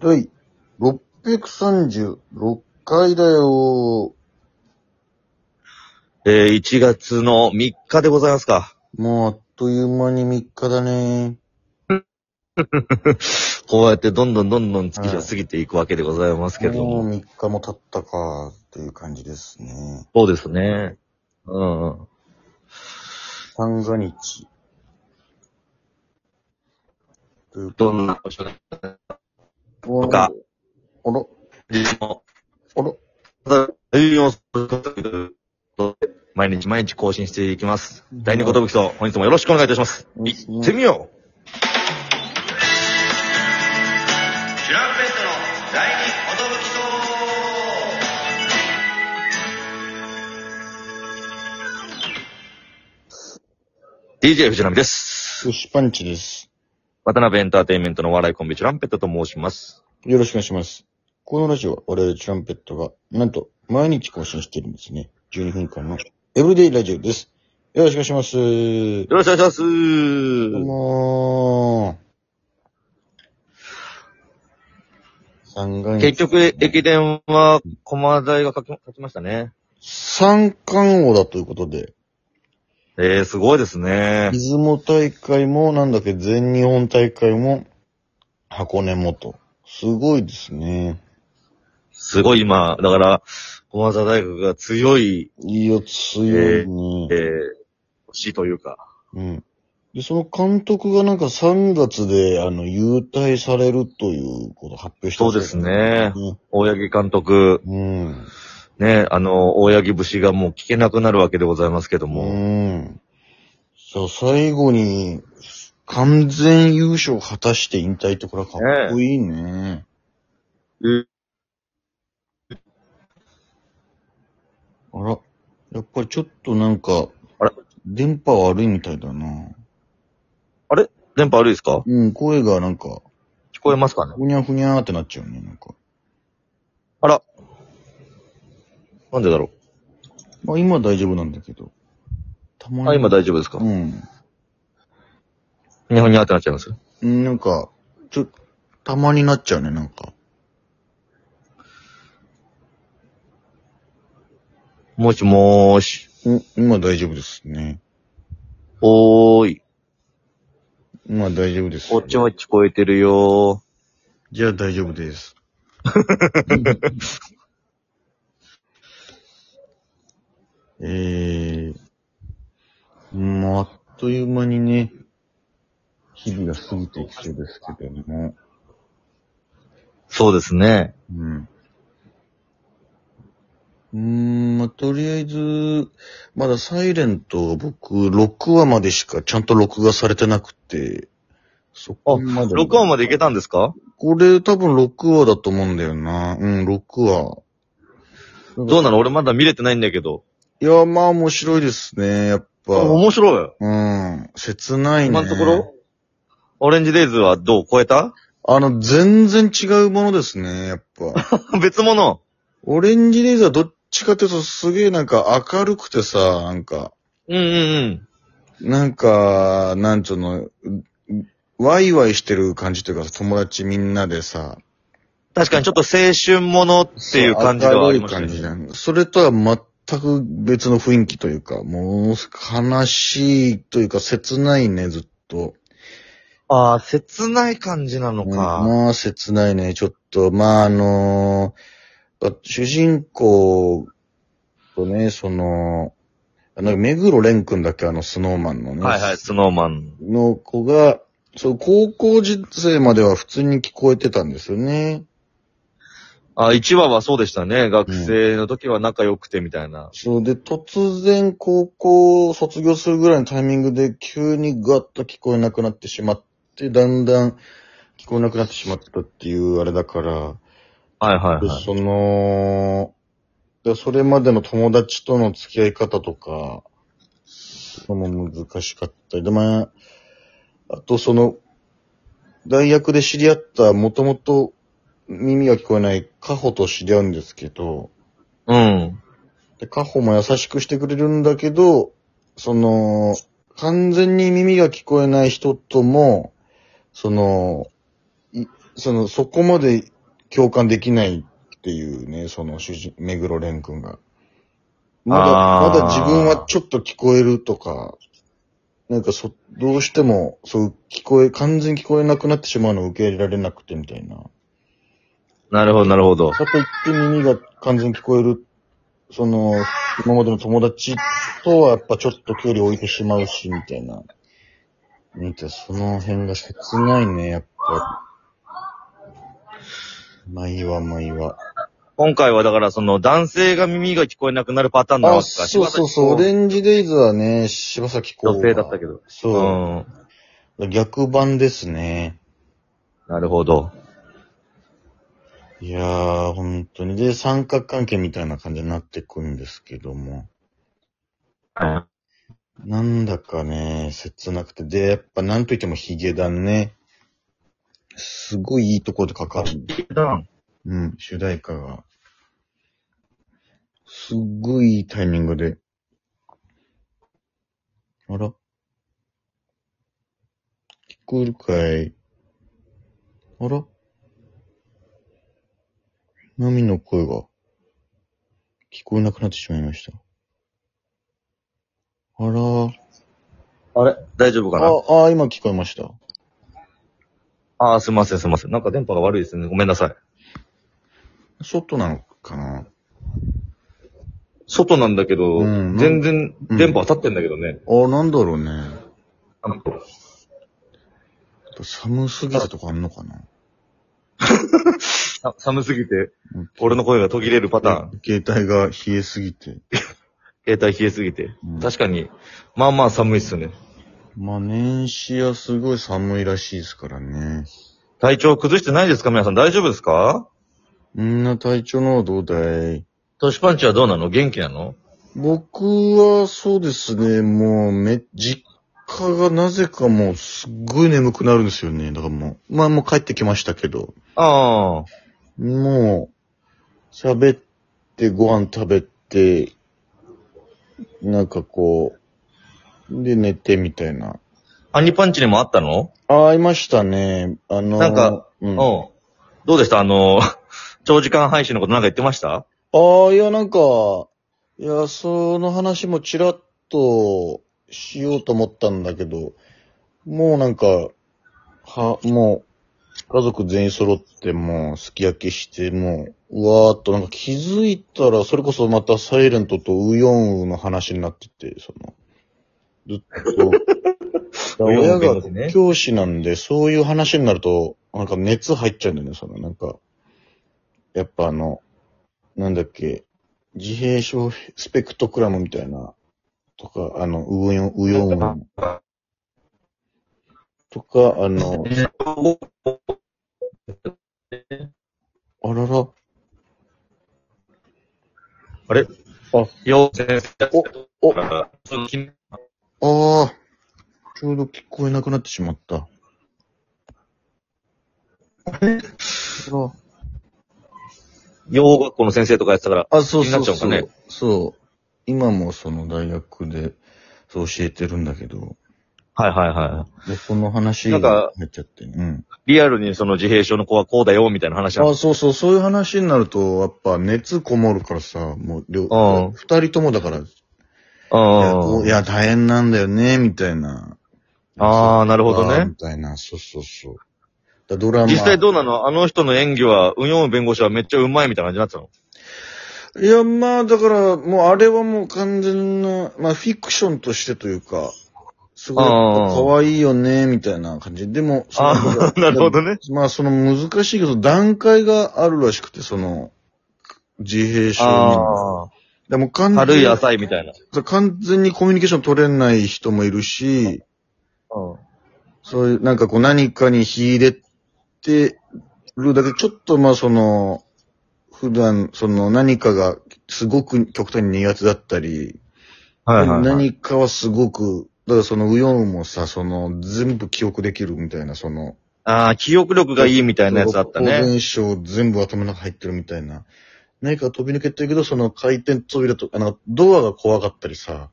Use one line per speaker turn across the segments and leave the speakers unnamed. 第636回だよ。
えー、1月の3日でございますか。
もうあっという間に3日だね。
こうやってどんどんどんどん月
は
が
い
過ぎていくわけでございますけれど
も
も。
う3日も経ったか、という感じですね。
そうですね。うんうん。
三が日。という
どんな場所で
とあ
か。
ら、
も、
あら、
毎日毎日更新していきます。第二ことぶきと、本日もよろしくお願いいたします。
うん
行ってみようチュランペットの第二ことぶきと DJ 藤波です。
寿司パンチです。
渡辺エンターテインメントのお笑いコンビ、チュランペットと申します。
よろしくお願いします。このラジオは我々チュランペットが、なんと、毎日更新してるんですね。12分間のエブリデイラジオです。よろしくお願いします。
よろしくお願いし
どう
ま
もー。三
す。
冠
結局、駅伝は、駒台が書き書きましたね。
三冠王だということで、
えー、すごいですね。
出雲大会もなんだっけ、全日本大会も、箱根もと。すごいですね。
すごい今、だから、駒澤大学が強い、
いや、強いね。
えー、星というか。
うん。で、その監督がなんか3月で、あの、優退されるということを発表したんよ
そう。大八木監督、
うん。
ね、あの、大八木節がもう聞けなくなるわけでございますけど
う
も。
ん。さあ、最後に、完全優勝を果たして引退ってこれはかっこいいね。あら、やっぱりちょっとなんか、
あら
電波悪いみたいだな。
電波悪いですか
うん、声がなんか、
聞こえますかね
ふにゃふにゃーってなっちゃうね、なんか。
あら。なんでだろ
まあ今は大丈夫なんだけど。たま
う。
に。
あ、今大丈夫ですか
うん。
ふにゃふにゃってなっちゃいます。
うん、なんか、ちょ、たまになっちゃうね、なんか。
もしもーし。
うん、今大丈夫ですね。
おーい。
今大丈夫です。
こっちは聞こえてるよ
じゃあ大丈夫です。 えー、もうあっという間にね、日々が過ぎていきそうですけども、
ー。そうですね。
うん。うーん、まあ、とりあえず、まだサイレント僕、6話までしかちゃんと録画されてなくて、そこまで。
6話までいけたんですか
これ多分6話だと思うんだよな。うん、6話。
どうなの俺まだ見れてないんだけど。
いや、まあ面白いですね、やっ
あ
ぱ。
面白い。
うん、切ないね。
今のところオレンジデイズはどう超えた
あの、全然違うものですね、やっ ぱ。
別物。
オレンジレイズはどっちかっていうとすげえなんか明るくてさ、なんか、
うんうん
なんか、なんつうの、うワイワイしてる感じというか、友達みんなでさ、
うん。確かにちょっと青春ものっていう感じではありました
明るい感じ
ね。
だねそれとは全く別の雰囲気というか、もう悲しいというか切ないね、ずっと。
ああ、切ない感じなの
うん
か。
まあ切ないね、ちょっと。まああのー主人公とね、その、あの、目黒蓮くんだっけ、あの、スノーマンのね。
はいはい、スノーマン。
の子が、そう、高校時生までは普通に聞こえてたんですよね。
あ1話はそうでしたね。学生の時は仲良くてみたいな。
そうで、突然高校を卒業するぐらいのタイミングで急にガッと聞こえなくなってしまって、だんだん聞こえなくなってしまったっていうあれだから、
はいはいはい。
その、でそれまでの友達との付き合い方とか、その難しかったり、で、まあ、あとその、大学で知り合った、もともと耳が聞こえないカホと知り合うんですけど、
うん。
で、カホも優しくしてくれるんだけど、その、完全に耳が聞こえない人とも、その、いその、そこまで共感できないっていうね、その主人、目黒蓮くんが。まだ、
あ
ま
ー
だ自分はちょっと聞こえるとか、なんかそ、どうしても、そう、聞こえ、完全に聞こえなくなってしまうのを受け入れられなくてみたいな。
なるほど、なるほど。
かといって耳が完全に聞こえる、その、今までの友達とはやっぱちょっと距離を置いてしまうし、みたいな。見て、その辺が切ないね、やっぱ。まあいいわ、まあいいわ。
今回はだからその男性が耳が聞こえなくなるパターンな
あ、
わけか。
そうそうそう。オレンジデイズはね、柴崎公
女性だったけど。う
そ
ん。
う。逆版ですね。
なるほど。
いやー、本当に。で、三角関係みたいな感じになってくんですけども。
うん
なんだかね、切なくて。で、やっぱなんといってもヒゲダンね。すごいいいとこでかかる。うん、主題歌が。すっごいいいタイミングで。あら聞こえるかいあらナミの声が聞こえなくなってしまいました。あら
あれ大丈夫かな
あ、あ、今聞こえました。
ああー、すいません、すいません。なんか電波が悪いですね。ごめんなさい。
外なのかな
外なんだけど、
うん
全然
うん
電波は立ってんだけどね。
あ、なんだろうね。や
なんか
っぱ寒すぎたとかあんのかな
さ寒すぎて
うん、
俺の声が途切れるパターン。
携帯が冷えすぎて。
携帯冷えすぎて。
うん
確かに、まあまあ寒いっすね。
まあ、年始はすごい寒いらしいですからね。
体調崩してないですか皆さん大丈夫ですか
みんな体調の方どうだい
トシパンチはどうなの元気なの
僕はそうですね、もうめ、実家がなぜかもうすっごい眠くなるんですよね。だからもう、まあもう帰ってきましたけど。
ああ。
もう、喋って、ご飯食べて、なんかこう、で寝てみたいな。
アニパンチにもあったの、
ああ、いましたね。あのー、
なんか、
う。
うんん
あ。
どうでしたあの、 長時間配信のことなんか言ってました
あ、いや、なんか、いや、その話もちらっとしようと思ったんだけど、もうなんか、は、もう、家族全員揃って、もう、すき焼きして、もう、うわーっと、なんか気づいたら、それこそまたサイレントとウヨンウの話になってて、その、ずっ と。
ウヨンウ
親
弁護
が
士ね
教師なんで、そういう話になると、なんか熱入っちゃうんだよね、その、なんか、やっぱあの、なんだっけ、自閉症スペクトクラムみたいな、とか、あの、ウヨン、ウヨンウのとか、あ の、あらら、
よ、先生。
お、あ
あその昨日
あ、ちょうど聞こえなくなってしまった。あら
洋学校の先生とかやってたから、
あ、そう
気にな
そう
っちゃ
そうう
かね
そう。今もその大学で、そう教えてるんだけど、
はいはいは
で、この話
なんか
入っちゃって、うん。
い。リアルにその自閉症の子はこうだよ、みたいな話なの
あ、そうそう、そういう話になると、やっぱ熱こもるからさ、もう両
うん、
二人ともだから、いやこ
あ
ういや、大変なんだよね、みたいな。
あーなるほどね
あーみたいな、そうそうそう。だドラ
あ。
マ。
実際どうなのあの人の演技は、運用弁護士はめっちゃうまいみたいな感じになってたの
いや、まあ、だから、もうあれはもう完全な、まあ、フィクションとしてというか、すごい、
あー
可愛いよね、みたいな感 じ。でも、その
ああ、なるほどね。
まあ、その難しいけど、段階があるらしくて、その、自閉症に。
あ
でも
あ。
完全
軽い
に
浅いみたいな。
完全にコミュニケーション取れない人もいるし、そういう、なんかこう何かに秀でてるだけ、ちょっとまあその、普段、その何かがすごく極端に苦手だったり、
はいはい、はい。
何かはすごく、だからそのウヨンもさ、その全部記憶できるみたいな、その、
ああ、記憶力がいいみたいなやつだった
その
ね。
現象全部頭の中入ってるみたいな。何か飛び抜けてるけど、その回転扉と、あの、ドアが怖かったりさ、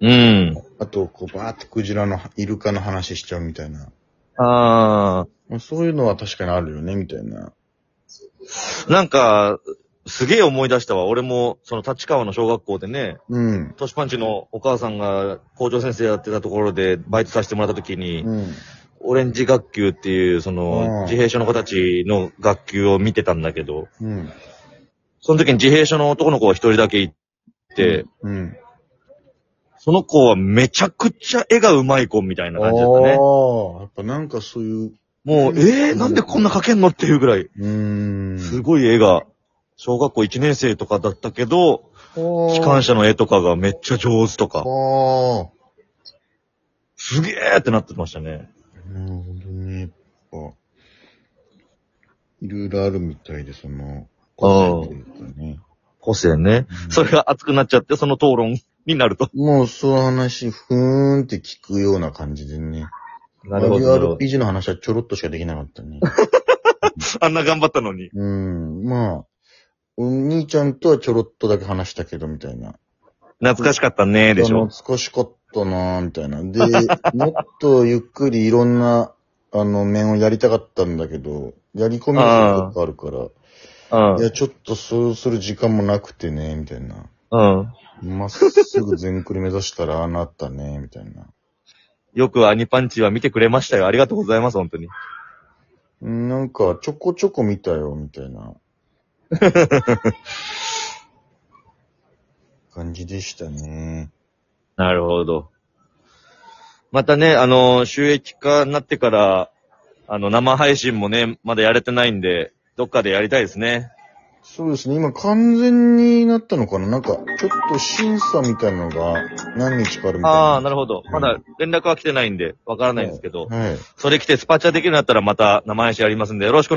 うん。
あと、こう、バーってクジラの、イルカの話しちゃうみたいな。
ああ。
まあそういうのは確かにあるよね、みたいな。
なんか、すげえ思い出したわ。俺も、その立川の小学校でね、
うん。
トシパンチのお母さんが校長先生やってたところでバイトさせてもらった時に、
うん。
オレンジ学級っていう、そ
うん
の、自閉症の子たちの学級を見てたんだけど、
うん。
その時に自閉症の男の子が一人だけ行って、
うん。
その子はめちゃくちゃ絵が上手い子みたいな感じだった
ああ、
ね。
やっぱなんかそういう、
もう、えー、なんでこんな描けんのっていうぐらい、
うーん。
すごい絵が、小学校1年生とかだったけど、
ご
機関車の絵とかがめっちゃ上手と
あ
か、
あ。
すげーってなってましたね。
なるほどね。やっぱ、いろいろあるみたいで、その、
うん
個性というかね。
個性ね。 それが熱くなっちゃって、その討論になると。
もうそういう話、ふーんって聞くような感じでね。
なるほど。
RPG の話はちょろっとしかできなかったね。
あんな頑張ったのに。
うん、まあ、お兄ちゃんとはちょろっとだけ話したけど、みたいな。
懐かしかったねーでしょ。
少しかったなぁ、みたいな。 で、もっとゆっくりいろんな、あの、面をやりたかったんだけど、やり込みがあるから、
うん
い。や、ちょっとそうする時間もなくてね、みたいな。
うん。
まっすぐ全クリ目指したら、ああなったね、みたいな。
よくアニパンチは見てくれましたよ。ありがとうございます、本当に。
うんなんか、ちょこちょこ見たよ、みたい な。感じでしたね。
なるほど。またね、あの、収益化になってから、あの、生配信もね、まだやれてないんで、どっかでやりたいですね。
そうですね、今完全になったのかななんか、ちょっと審査みたいなのが何日かあるみたいな。
ああ、なるほど。ま
は
だ
い
連絡は来てないんで、わからないんですけど、
はい。
それ来てスパチャできるようになったらまた生配信やりますんで、よろしくお願いします。